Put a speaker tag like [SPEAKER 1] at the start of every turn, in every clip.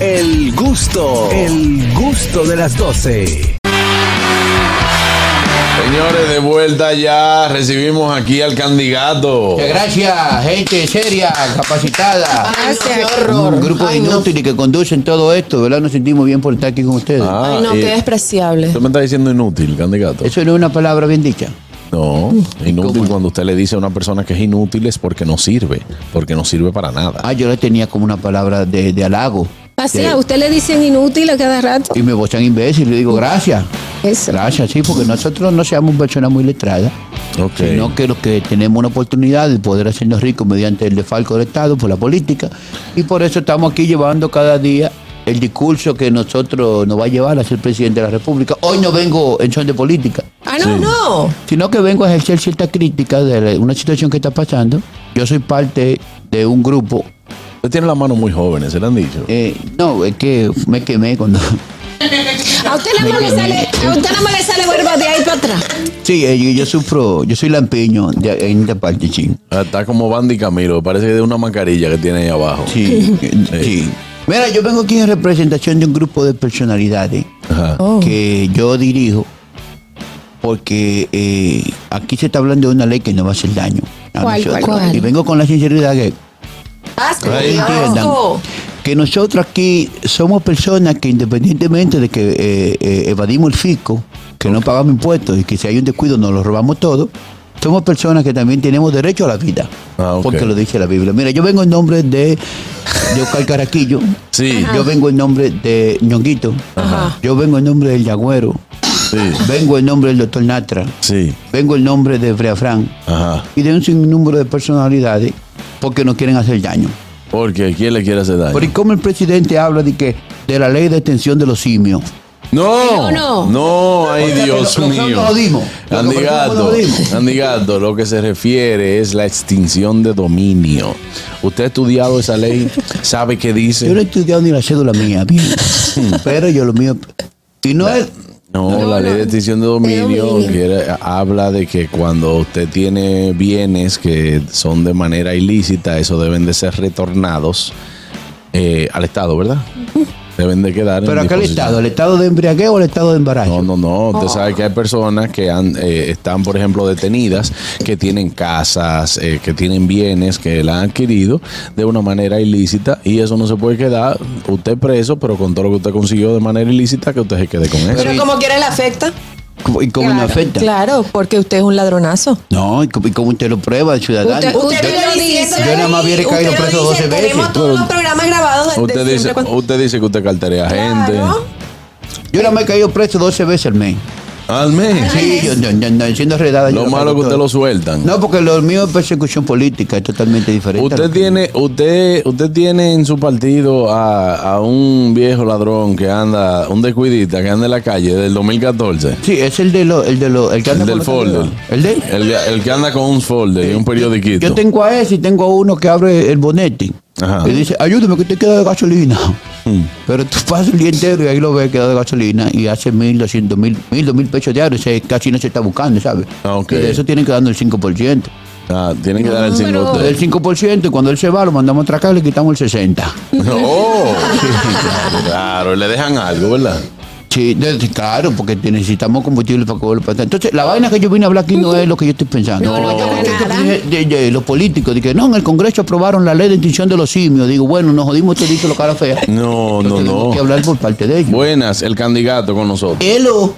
[SPEAKER 1] El gusto, el gusto de las 12.
[SPEAKER 2] Señores, de vuelta ya recibimos aquí al candidato.
[SPEAKER 3] Muchas gracias, gente seria, capacitada.
[SPEAKER 4] Gracias.
[SPEAKER 3] Un grupo de inútiles que conducen todo esto, ¿verdad? Nos sentimos bien por estar aquí con ustedes.
[SPEAKER 2] Ah,
[SPEAKER 4] Ay, no,
[SPEAKER 2] y-
[SPEAKER 4] qué despreciable.
[SPEAKER 2] Usted me está diciendo inútil, candidato.
[SPEAKER 3] Eso no es una palabra bien dicha.
[SPEAKER 2] No, inútil
[SPEAKER 3] ¿Cómo?
[SPEAKER 2] cuando usted le dice a una persona que es inútil es porque no sirve, porque no sirve para nada.
[SPEAKER 3] Ah, yo la tenía como una palabra de, de halago.
[SPEAKER 5] Así,
[SPEAKER 4] eh,
[SPEAKER 3] Que-
[SPEAKER 5] Ah, a usted le dicen inútil a cada rato.
[SPEAKER 3] Y me bochan imbécil, le digo gracias.
[SPEAKER 5] Eso.
[SPEAKER 3] Gracias, sí, porque nosotros no seamos personas muy letradas,
[SPEAKER 2] Ok.
[SPEAKER 3] sino que los que tenemos una oportunidad de poder hacernos ricos mediante el desfalco del Estado por la política. Y por eso estamos aquí llevando cada día el discurso que nosotros nos va a llevar a ser presidente de la República. Hoy no vengo en son de política.
[SPEAKER 4] Ah, no, no.
[SPEAKER 3] sino que vengo a ejercer cierta crítica de la- una situación que está pasando. Yo soy parte de un grupo.
[SPEAKER 2] Usted tiene las manos muy jóvenes, se le han dicho.
[SPEAKER 3] eh, no, es que me quemé cuando.
[SPEAKER 5] A usted nada más le sale, a usted nada más le sale vuelva de ahí para atrás.
[SPEAKER 3] Sí, eh, yo, yo sufro, yo soy lampiño de, en esta parte, sí.
[SPEAKER 2] Ah, Está como Bandy Camilo, parece que de una mascarilla que tiene ahí abajo.
[SPEAKER 3] Sí, eh, sí. Mira, yo vengo aquí en representación de un grupo de personalidades
[SPEAKER 2] Ajá.
[SPEAKER 5] Oh.
[SPEAKER 3] que yo dirijo porque eh, aquí se está hablando de una ley que no va a hacer daño. a
[SPEAKER 5] ¿Cuál,
[SPEAKER 3] nosotros.
[SPEAKER 5] cuál, cuál?
[SPEAKER 3] Y vengo con la sinceridad que
[SPEAKER 4] Asco.
[SPEAKER 3] Ahí entiendan
[SPEAKER 4] asco.
[SPEAKER 3] que nosotros aquí somos personas que independientemente de que eh, eh, evadimos el fisco, que no pagamos impuestos y que si hay un descuido nos lo robamos todo, somos personas que también tenemos derecho a la vida.
[SPEAKER 2] Ah, ok.
[SPEAKER 3] Porque lo dice la Biblia. Mira, yo vengo en nombre de, de Oscar Caraquillo.
[SPEAKER 2] Sí,
[SPEAKER 3] Yo vengo en nombre de Ñonguito. Yo vengo en nombre del Yagüero.
[SPEAKER 2] sí,
[SPEAKER 3] Vengo en nombre del doctor Natra.
[SPEAKER 2] sí.
[SPEAKER 3] Vengo en nombre de Breafran.
[SPEAKER 2] Ajá.
[SPEAKER 3] Y de un sinnúmero de personalidades porque no quieren hacer daño.
[SPEAKER 2] Porque ¿quién le quiere hacer daño?
[SPEAKER 3] Pero ¿y cómo el presidente habla de que de la ley de extensión de los simios?
[SPEAKER 2] No, no,
[SPEAKER 5] No, no.
[SPEAKER 2] ay
[SPEAKER 3] O sea, que
[SPEAKER 2] Dios
[SPEAKER 3] lo- nosotros
[SPEAKER 2] mío.
[SPEAKER 3] lo dimos. Lo que
[SPEAKER 2] Andigato,
[SPEAKER 3] nosotros lo dimos.
[SPEAKER 2] Andigato, lo que se refiere es la extinción de dominio. Usted ha estudiado esa ley, sabe qué dice.
[SPEAKER 3] Yo no he estudiado ni la cédula mía, bien. pero yo lo mío... Y no es...
[SPEAKER 2] No, la ley de extinción de dominio
[SPEAKER 5] dominio.
[SPEAKER 2] que era- habla de que cuando usted tiene bienes que son de manera ilícita, eso deben de ser retornados eh, al Estado, ¿verdad? Deben de quedar. en
[SPEAKER 3] Pero acá el
[SPEAKER 2] disposición.
[SPEAKER 3] Estado, ¿el Estado de embriaguez o el Estado de embarazo?
[SPEAKER 2] No, no, no. Usted sabe que
[SPEAKER 4] Oh.
[SPEAKER 2] hay personas que han, eh, están, por ejemplo, detenidas, que tienen casas, eh, que tienen bienes que la han adquirido de una manera ilícita y eso no se puede quedar usted preso, pero con todo lo que usted consiguió de manera ilícita, que usted se quede con eso.
[SPEAKER 4] Pero como quiera le afecta.
[SPEAKER 3] ¿Y cómo no
[SPEAKER 4] Claro,
[SPEAKER 3] afecta?
[SPEAKER 4] Claro, porque usted es un ladronazo.
[SPEAKER 3] No, ¿y cómo, y cómo usted lo prueba, ciudadano?
[SPEAKER 5] Usted-
[SPEAKER 3] Yo-
[SPEAKER 5] usted
[SPEAKER 4] vive
[SPEAKER 5] lo
[SPEAKER 4] diciendo-
[SPEAKER 5] dice.
[SPEAKER 3] Yo nada más
[SPEAKER 4] Usted
[SPEAKER 3] hubiera caído
[SPEAKER 4] lo
[SPEAKER 3] preso
[SPEAKER 4] dice,
[SPEAKER 3] 12 veces.
[SPEAKER 4] Tenemos todos los programas grabados de, de
[SPEAKER 2] Usted dice,
[SPEAKER 4] siempre cuando-
[SPEAKER 2] usted dice que usted carterea gente.
[SPEAKER 4] Claro.
[SPEAKER 3] Yo nada más he caído preso 12 veces al mes.
[SPEAKER 2] Al mes.
[SPEAKER 3] Sí, yo, yo- yo- yo- siendo redada. yo
[SPEAKER 2] Lo malo es
[SPEAKER 3] caigo
[SPEAKER 2] que usted
[SPEAKER 3] todo.
[SPEAKER 2] lo sueltan.
[SPEAKER 3] No, porque lo mío es persecución política, es totalmente diferente. a lo
[SPEAKER 2] Usted
[SPEAKER 3] que-
[SPEAKER 2] tiene, usted, usted tiene en su partido a, a un viejo ladrón que anda, un descuidista que anda en la calle del 2014.
[SPEAKER 3] Sí, es el de lo, el de lo, el que anda
[SPEAKER 2] El del
[SPEAKER 3] con la
[SPEAKER 2] folder.
[SPEAKER 3] camisa. El de.
[SPEAKER 2] El, el que anda con un folder y un periodiquito.
[SPEAKER 3] Yo tengo a ese y tengo a uno que abre el bonete.
[SPEAKER 2] Ajá. Hmm.
[SPEAKER 3] Y dice, ayúdame que te queda de gasolina. Pero tú pasas el día entero y ahí lo ves quedado de gasolina y hace mil, doscientos mil, mil, dos mil pesos diarios. Ese casi no se está buscando, ¿sabes?
[SPEAKER 2] Ah, ok.
[SPEAKER 3] Y de eso tienen que darnos el 5%.
[SPEAKER 2] Ah, tienen que dar el signo a
[SPEAKER 3] Del
[SPEAKER 2] usted.
[SPEAKER 3] 5%, y cuando él se va, lo mandamos a atracar y le quitamos el 60%.
[SPEAKER 2] Oh, claro, claro, le dejan algo, ¿verdad?
[SPEAKER 3] Sí, de- claro, porque te- necesitamos combustible para poder pasar. Entonces, la vaina que yo vine a hablar aquí no es lo que yo estoy pensando.
[SPEAKER 5] No, no,
[SPEAKER 3] Yo
[SPEAKER 5] para
[SPEAKER 3] creo que
[SPEAKER 5] nada.
[SPEAKER 3] dije de, de los políticos, de que no, en el Congreso aprobaron la ley de extinción de los simios. Digo, bueno, nos jodimos, te dice lo cara fea.
[SPEAKER 2] No, no,
[SPEAKER 3] Tenemos que
[SPEAKER 2] no.
[SPEAKER 3] hablar por parte de ellos.
[SPEAKER 2] Buenas, el candidato con nosotros.
[SPEAKER 3] Hello.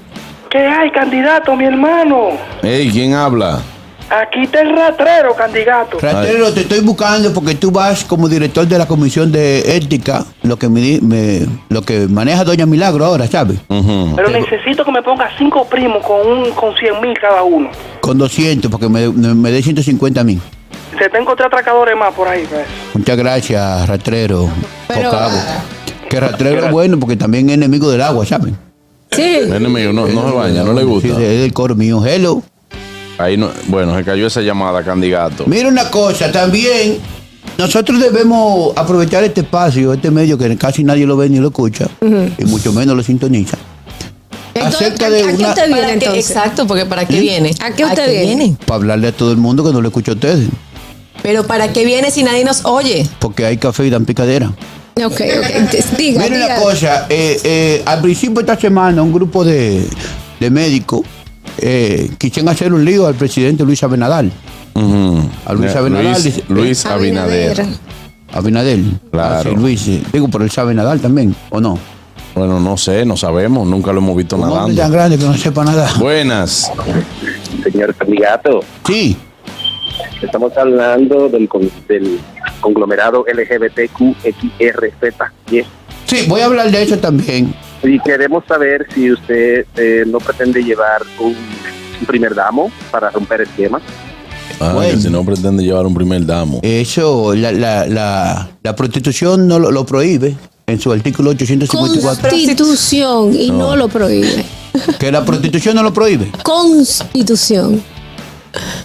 [SPEAKER 6] ¿Qué hay, candidato, mi hermano?
[SPEAKER 2] Ey, ¿quién habla?
[SPEAKER 6] Aquí está el ratrero, candidato.
[SPEAKER 3] Ratero, te estoy buscando porque tú vas como director de la Comisión de Ética, lo que, me, di- me- lo que maneja Doña Milagro ahora, ¿sabes?
[SPEAKER 2] Ujú.
[SPEAKER 6] Pero necesito que me ponga cinco primos con un con cien mil cada uno.
[SPEAKER 3] Con 200, porque me, me, me dé 150 mil.
[SPEAKER 6] Se tengo tres atracadores más por ahí. pues.
[SPEAKER 3] Muchas gracias, ratrero.
[SPEAKER 5] Pero-
[SPEAKER 3] Cocabo. Que ratrero es bueno porque también es enemigo del agua, ¿saben?
[SPEAKER 5] Sí.
[SPEAKER 2] Enemigo, no, no se baña, no le
[SPEAKER 3] Sí,
[SPEAKER 2] gusta.
[SPEAKER 3] es del coro mío. Hello.
[SPEAKER 2] Ahí no, bueno, se cayó esa llamada, candidato.
[SPEAKER 3] Mira una cosa, también nosotros debemos aprovechar este espacio, este medio que casi nadie lo ve ni lo escucha, y mucho menos lo sintoniza.
[SPEAKER 5] Entonces,
[SPEAKER 3] Acerca
[SPEAKER 5] ¿a-
[SPEAKER 3] de
[SPEAKER 5] a qué
[SPEAKER 3] una-
[SPEAKER 5] usted viene
[SPEAKER 4] ¿Para qué?
[SPEAKER 5] entonces?
[SPEAKER 4] Exacto, porque ¿para qué viene?
[SPEAKER 5] ¿A qué usted viene?
[SPEAKER 3] Para hablarle a todo el mundo que no lo escucha a ustedes,
[SPEAKER 4] Pero ¿para qué viene si nadie nos oye?
[SPEAKER 3] porque hay café y dan picadera.
[SPEAKER 5] Ok, ok. Diga,
[SPEAKER 3] Mira una
[SPEAKER 5] diga.
[SPEAKER 3] cosa, eh, eh, al principio de esta semana un grupo de, de médicos eh, quisieron hacer un lío al presidente Luis Abinadal.
[SPEAKER 2] Ujú.
[SPEAKER 3] A Luis
[SPEAKER 2] Eh,
[SPEAKER 3] Abinader
[SPEAKER 2] Luis,
[SPEAKER 3] dice-
[SPEAKER 2] Luis Abinader.
[SPEAKER 5] Abinader.
[SPEAKER 3] Abinadel.
[SPEAKER 2] Claro.
[SPEAKER 3] Ah, sí, Luis, sí. digo, pero él sabe nadar también, ¿o no?
[SPEAKER 2] Bueno, no sé, no sabemos, nunca lo hemos visto
[SPEAKER 3] Un hombre tan
[SPEAKER 2] nadando.
[SPEAKER 3] grande que no sepa nadar.
[SPEAKER 2] Buenas.
[SPEAKER 7] Señor candidato,
[SPEAKER 3] Sí,
[SPEAKER 7] estamos hablando del, con- del conglomerado LGBTQXRZ10
[SPEAKER 3] sí, voy a hablar de eso también.
[SPEAKER 7] y queremos saber si usted eh, no pretende llevar un, un primer damo para romper esquemas.
[SPEAKER 2] Ah,
[SPEAKER 3] Bueno.
[SPEAKER 2] que si no pretende llevar un primer damo.
[SPEAKER 3] Eso, la, la, la, la prostitución no lo, lo prohíbe en su artículo 854.
[SPEAKER 5] Constitución y no. lo prohíbe.
[SPEAKER 3] Que la prostitución no lo prohíbe.
[SPEAKER 5] Constitución.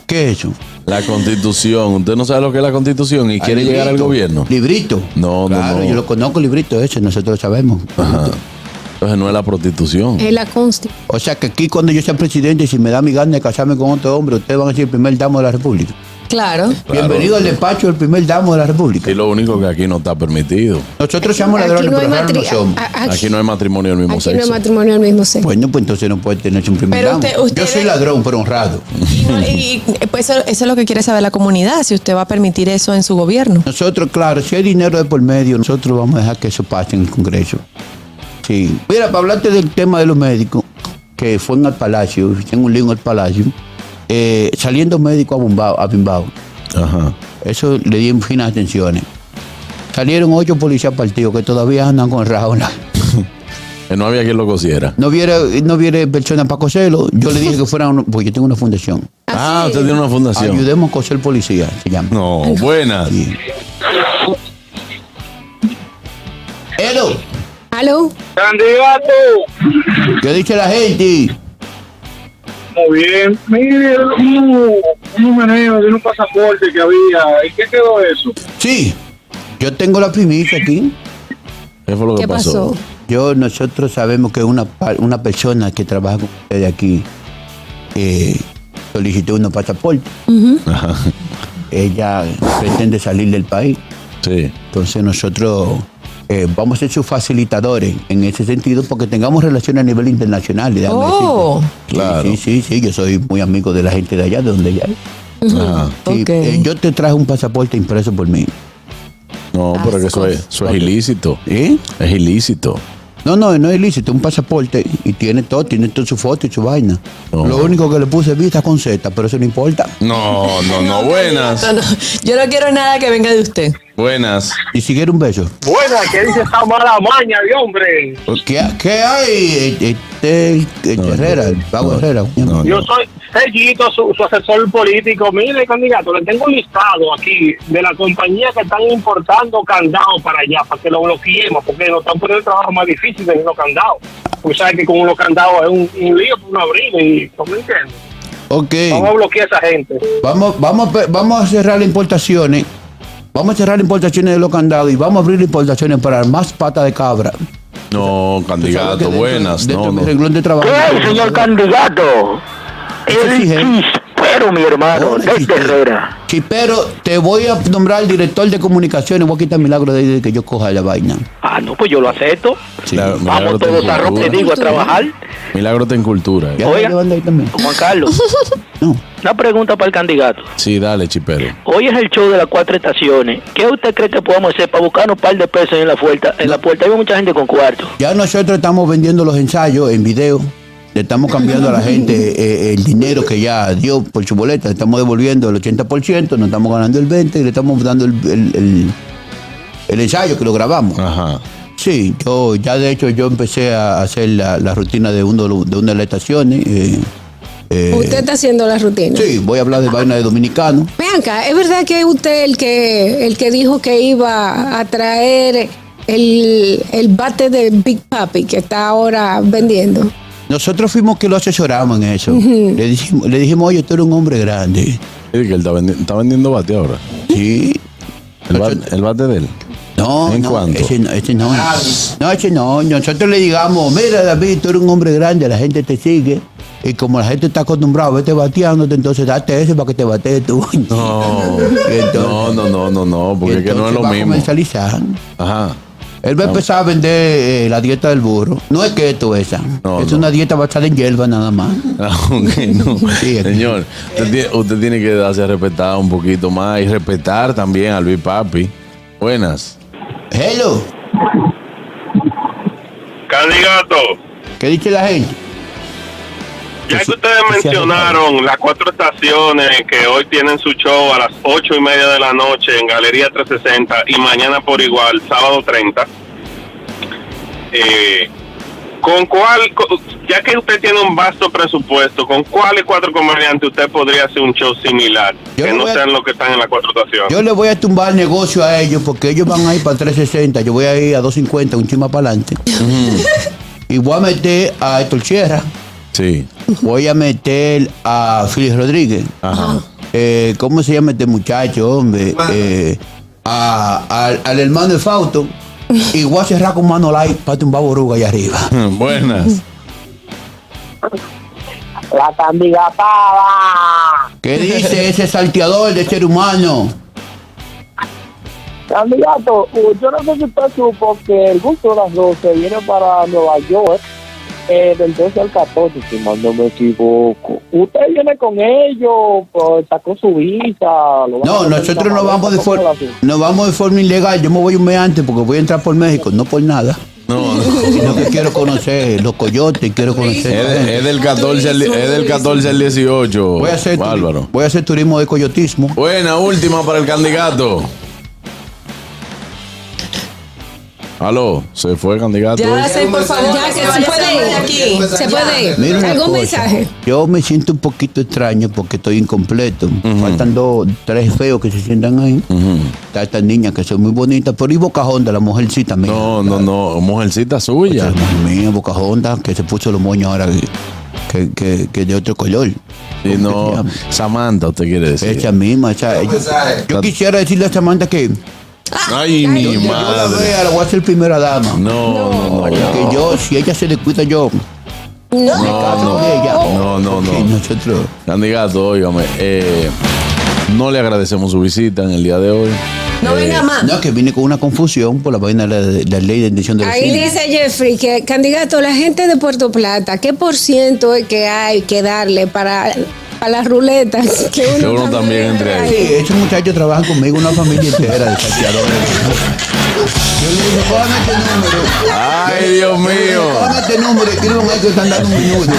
[SPEAKER 3] ¿Qué es eso?
[SPEAKER 2] La constitución. ¿Usted no sabe lo que es la constitución y quiere llegar al
[SPEAKER 3] Librito.
[SPEAKER 2] gobierno?
[SPEAKER 3] Librito.
[SPEAKER 2] No, no,
[SPEAKER 3] Claro,
[SPEAKER 2] no.
[SPEAKER 3] yo lo conozco, librito ese, nosotros lo sabemos.
[SPEAKER 2] Entonces no es la prostitución.
[SPEAKER 5] Es la constitución.
[SPEAKER 3] O sea que aquí cuando yo sea presidente, si me da mi gana de casarme con otro hombre, ustedes van a ser el primer damo de la República.
[SPEAKER 4] Claro.
[SPEAKER 2] Claro.
[SPEAKER 3] Bienvenido al despacho del primer damo de la República.
[SPEAKER 2] Y lo único que aquí no está permitido.
[SPEAKER 3] Nosotros somos
[SPEAKER 5] Aquí
[SPEAKER 3] ladrones,
[SPEAKER 5] no hay
[SPEAKER 3] pero raros no
[SPEAKER 5] matri-
[SPEAKER 3] somos.
[SPEAKER 5] a- a-
[SPEAKER 2] Aquí no hay matrimonio del mismo
[SPEAKER 5] aquí no hay
[SPEAKER 2] sexo.
[SPEAKER 5] matrimonio del mismo sexo.
[SPEAKER 3] Bueno, pues entonces no puede tenerse un primer
[SPEAKER 4] Pero
[SPEAKER 3] damo.
[SPEAKER 4] usted- usted-
[SPEAKER 3] Yo soy ladrón, pero honrado.
[SPEAKER 4] Y, y, pues eso, eso es lo que quiere saber la comunidad, si usted va a permitir eso en su gobierno.
[SPEAKER 3] Nosotros, claro, si hay dinero de por medio, nosotros vamos a dejar que eso pase en el Congreso. Sí. Mira, para hablarte del tema de los médicos, que fueron al Palacio, tengo un lío en el Palacio, eh, saliendo médicos a Bimbao, a Bimbao.
[SPEAKER 2] Ajá.
[SPEAKER 3] Eso le di en finas atenciones. Salieron ocho policías partidos que todavía andan con Raúl.
[SPEAKER 2] Que no había quien lo cosiera.
[SPEAKER 3] No viera, no viera personas para coserlo. Yo le dije que fueran, uno- porque yo tengo una fundación.
[SPEAKER 2] Ah, usted tiene una fundación.
[SPEAKER 3] Ayudemos a coser policía, se llama.
[SPEAKER 2] No, buenas.
[SPEAKER 3] Sí. Hello,
[SPEAKER 5] ¿Aló?
[SPEAKER 6] Candidato,
[SPEAKER 3] ¿qué dice la gente?
[SPEAKER 6] muy bien. Mire, un, un meneo de un pasaporte que había. ¿En qué quedó eso?
[SPEAKER 3] Sí, yo tengo la primicia aquí.
[SPEAKER 2] ¿Qué fue lo que
[SPEAKER 5] ¿Qué pasó?
[SPEAKER 2] pasó?
[SPEAKER 3] Yo, nosotros sabemos que una, pa- una persona que trabaja con ustedes aquí eh, solicitó unos pasaportes.
[SPEAKER 2] Ajá.
[SPEAKER 3] Ella pretende salir del país.
[SPEAKER 2] Sí.
[SPEAKER 3] Entonces nosotros eh, vamos a ser sus facilitadores en ese sentido porque tengamos relaciones a nivel internacional. y déjame
[SPEAKER 4] Oh.
[SPEAKER 3] decirte. Sí,
[SPEAKER 2] Claro.
[SPEAKER 3] Sí, sí, sí, yo soy muy amigo de la gente de allá, de donde ella es.
[SPEAKER 2] Ajá.
[SPEAKER 3] Sí,
[SPEAKER 4] Ok.
[SPEAKER 3] eh, yo te traje un pasaporte impreso por mí.
[SPEAKER 2] No, pero que eso es, eso es ilícito.
[SPEAKER 3] ¿Eh?
[SPEAKER 2] Es ilícito.
[SPEAKER 3] No, no, no es ilícito, un pasaporte y tiene todo, tiene toda su foto y su vaina.
[SPEAKER 2] No.
[SPEAKER 3] Lo único que le puse vista con Z, pero eso no importa.
[SPEAKER 2] No, no, no,
[SPEAKER 4] No,
[SPEAKER 2] buenas.
[SPEAKER 4] no, yo no quiero nada que venga de usted.
[SPEAKER 2] Buenas.
[SPEAKER 3] Y si quiere un beso.
[SPEAKER 6] Buena, que dice esta mala maña de hombre.
[SPEAKER 3] ¿Qué, qué hay? Este, este
[SPEAKER 2] No,
[SPEAKER 3] Herrera,
[SPEAKER 2] no,
[SPEAKER 3] el Pago
[SPEAKER 2] no,
[SPEAKER 3] Herrera.
[SPEAKER 2] no,
[SPEAKER 6] Yo soy Sellito, su, su asesor político. Mire, candidato, le tengo un listado aquí de la compañía que están importando candados para allá, para que lo bloqueemos, porque nos están poniendo el trabajo más difícil de los candados. Pues sabes que con los candados es un, un lío, no abrir y ¿tú me entiendes?
[SPEAKER 3] Ok.
[SPEAKER 6] Vamos a bloquear a esa gente.
[SPEAKER 3] Vamos, vamos, a pe- vamos a cerrar las importaciones. Vamos a cerrar las importaciones de los candados y vamos a abrir las importaciones para más pata de cabra.
[SPEAKER 2] No,
[SPEAKER 3] Tú sabes que
[SPEAKER 2] candidato,
[SPEAKER 3] dentro-
[SPEAKER 2] buenas.
[SPEAKER 3] dentro
[SPEAKER 2] No,
[SPEAKER 3] de mi
[SPEAKER 2] no.
[SPEAKER 3] renglón de trabajo.
[SPEAKER 8] ¿Qué, señor candidato? El
[SPEAKER 3] Exigente.
[SPEAKER 8] chispero, mi hermano,
[SPEAKER 3] Ahora,
[SPEAKER 8] de
[SPEAKER 3] Chispero.
[SPEAKER 8] Herrera.
[SPEAKER 3] Chispero, te voy a nombrar director de comunicaciones. Voy a quitar milagro de ahí de que yo coja la vaina.
[SPEAKER 8] Ah, no, pues yo lo acepto.
[SPEAKER 3] Sí.
[SPEAKER 2] Claro, milagro
[SPEAKER 8] Vamos
[SPEAKER 2] está en
[SPEAKER 8] todos a romper,
[SPEAKER 2] cultura.
[SPEAKER 8] digo, a trabajar.
[SPEAKER 2] Milagro está en cultura.
[SPEAKER 3] ¿Ya
[SPEAKER 2] eh.
[SPEAKER 8] Oiga.
[SPEAKER 3] la banda ahí también?
[SPEAKER 8] Juan Carlos,
[SPEAKER 3] No.
[SPEAKER 8] una pregunta para el candidato.
[SPEAKER 2] Sí, dale, chipero.
[SPEAKER 8] Hoy es el show de las cuatro estaciones. ¿Qué usted cree que podemos hacer para buscar un par de pesos en la puerta? En la puerta hay mucha gente con cuarto.
[SPEAKER 3] Ya nosotros estamos vendiendo los ensayos en video. Le estamos cambiando a la gente eh, el dinero que ya dio por su boleta. Le estamos devolviendo el 80%, nos estamos ganando el 20% y le estamos dando el, el- el- el ensayo que lo grabamos.
[SPEAKER 2] Ajá.
[SPEAKER 3] Sí, yo ya de hecho yo empecé a hacer la, la rutina de, uno, de lo- de una de las estaciones. eh, eh,
[SPEAKER 5] Usted está haciendo la rutina.
[SPEAKER 3] sí, voy a hablar de vaina de dominicano.
[SPEAKER 5] Ven acá, ¿es verdad que usted el que el que dijo que iba a traer el, el bate de Big Papi que está ahora vendiendo?
[SPEAKER 3] Nosotros fuimos que lo asesoramos en eso. le, dijimos, le dijimos, oye, tú eres un hombre grande.
[SPEAKER 2] Es que él está, vendi- está vendiendo bate ahora.
[SPEAKER 3] Sí.
[SPEAKER 2] El, bat- el bate de él.
[SPEAKER 3] No,
[SPEAKER 2] ¿En
[SPEAKER 3] no,
[SPEAKER 2] cuánto?
[SPEAKER 3] Ese no, ese no. No, ese no. Nosotros le digamos, mira David, tú eres un hombre grande, la gente te sigue. Y como la gente está acostumbrada, vete bateándote, entonces date ese para que te batees tú.
[SPEAKER 2] No,
[SPEAKER 3] Y entonces-
[SPEAKER 2] no, no, no, no, no,
[SPEAKER 3] y
[SPEAKER 2] porque es que no es
[SPEAKER 3] entonces
[SPEAKER 2] lo
[SPEAKER 3] va a
[SPEAKER 2] mismo.
[SPEAKER 3] comercializar.
[SPEAKER 2] Ajá.
[SPEAKER 3] Él va a empezar a vender eh, la dieta del burro. No es keto esa.
[SPEAKER 2] No,
[SPEAKER 3] es
[SPEAKER 2] no.
[SPEAKER 3] una dieta basada en hierba nada más.
[SPEAKER 2] Ah, ok, no.
[SPEAKER 3] Sí, es que-
[SPEAKER 2] Señor, usted tie- usted tiene que darse a respetar un poquito más y respetar también a Luis Papi. Buenas.
[SPEAKER 3] Hello,
[SPEAKER 6] Candidato,
[SPEAKER 3] ¿qué dice la gente?
[SPEAKER 6] ya que ustedes mencionaron las cuatro estaciones que hoy tienen su show a las ocho y media de la noche en Galería 360 y mañana por igual, sábado 30, eh, ¿con cuál, co- ya que usted tiene un vasto presupuesto, con cuáles cuatro comediantes usted podría hacer un show similar?
[SPEAKER 3] Yo
[SPEAKER 6] que
[SPEAKER 3] no
[SPEAKER 6] no
[SPEAKER 3] voy a-
[SPEAKER 6] sean los que están en las cuatro estaciones.
[SPEAKER 3] Yo le voy a tumbar negocio a ellos porque ellos van a ir para 360, yo voy a ir a 250, un chima para adelante. Y voy a meter a Héctor Sierra,
[SPEAKER 2] Sí.
[SPEAKER 3] voy a meter a Félix Rodríguez,
[SPEAKER 2] Ajá.
[SPEAKER 3] eh, ¿cómo se llama este muchacho, hombre? Eh, a- al- al hermano de Fausto. Y voy a cerrar con mano light para tumbar boruga allá arriba.
[SPEAKER 2] Buenas.
[SPEAKER 9] La candidatada.
[SPEAKER 3] ¿Qué dice ese salteador de ser humano?
[SPEAKER 9] Candidato, eh, yo no sé si usted supo que el gusto de las 12 viene para Nueva York eh, del 12 al 14, si mal no me equivoco. Usted viene con ellos, pues, sacó su visa. lo van a
[SPEAKER 3] No,
[SPEAKER 9] hacer
[SPEAKER 3] nosotros no
[SPEAKER 9] camarón,
[SPEAKER 3] vamos de
[SPEAKER 9] ¿cómo
[SPEAKER 3] forma,
[SPEAKER 9] lo hacen?
[SPEAKER 3] no vamos de forma ilegal. Yo me voy un mes antes porque voy a entrar por México, no por nada.
[SPEAKER 2] No, no.
[SPEAKER 3] Sino que quiero conocer los coyotes, quiero
[SPEAKER 2] Es,
[SPEAKER 3] conocer.
[SPEAKER 2] de- es del 14 al, di- es del 14 al 18.
[SPEAKER 3] Voy a hacer, turi-
[SPEAKER 2] Bárbaro.
[SPEAKER 3] voy a hacer turismo de coyotismo.
[SPEAKER 2] Buena, última para el candidato. Aló, se fue el candidato.
[SPEAKER 4] Ya, se, por favor,
[SPEAKER 5] Ya
[SPEAKER 4] ya
[SPEAKER 5] que se puede ir.
[SPEAKER 4] aquí.
[SPEAKER 5] Se puede
[SPEAKER 3] Mira
[SPEAKER 5] ir.
[SPEAKER 3] una
[SPEAKER 5] ¿Algún
[SPEAKER 3] cosa,
[SPEAKER 5] mensaje?
[SPEAKER 3] Yo me siento un poquito extraño porque estoy incompleto. Faltan dos, tres feos que se sientan ahí. Está esta niña que son muy bonitas, pero y Bocajonda, la mujercita mía.
[SPEAKER 2] No, no, no, mujercita suya.
[SPEAKER 3] Mujer mía, Bocajonda, que se puso los moños ahora que, que, que de otro color.
[SPEAKER 2] Y
[SPEAKER 3] se
[SPEAKER 2] no,
[SPEAKER 3] llama?
[SPEAKER 2] Samantha, usted quiere decir.
[SPEAKER 3] Esa misma, esa. Yo, yo quisiera decirle a Samantha que
[SPEAKER 2] Ay, mi
[SPEAKER 3] yo la
[SPEAKER 2] madre.
[SPEAKER 3] vea, la voy a ser primera dama.
[SPEAKER 2] No, no, no.
[SPEAKER 3] Que yo, si ella se descuida, yo
[SPEAKER 2] No, no,
[SPEAKER 3] con ella.
[SPEAKER 2] no, no,
[SPEAKER 3] Porque
[SPEAKER 2] no.
[SPEAKER 3] Nosotros.
[SPEAKER 2] Candidato, óigame, eh, no le agradecemos su visita en el día de hoy.
[SPEAKER 4] No venga más.
[SPEAKER 3] No, que viene con una confusión por la vaina de la, de la ley de intención de
[SPEAKER 5] Ahí
[SPEAKER 3] vecinos.
[SPEAKER 5] dice Jeffrey que, candidato, la gente de Puerto Plata, ¿qué por ciento es que hay que darle para, para las ruletas? Que
[SPEAKER 2] Que uno también entre ahí.
[SPEAKER 3] Sí, estos muchachos trabajan conmigo, una familia entera de saqueadores. Yo le dije, cógame este número.
[SPEAKER 2] Ay, Dios mío.
[SPEAKER 3] Cógame este número, escriban ahí que están dando un minuto.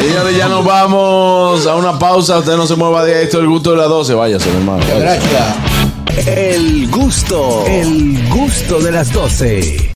[SPEAKER 2] Señores, ya nos vamos a una pausa. Usted no se mueva de ahí. Esto es el gusto de las 12. Váyase, mi hermano. Váyase.
[SPEAKER 3] Gracias.
[SPEAKER 1] El gusto, el gusto de las 12.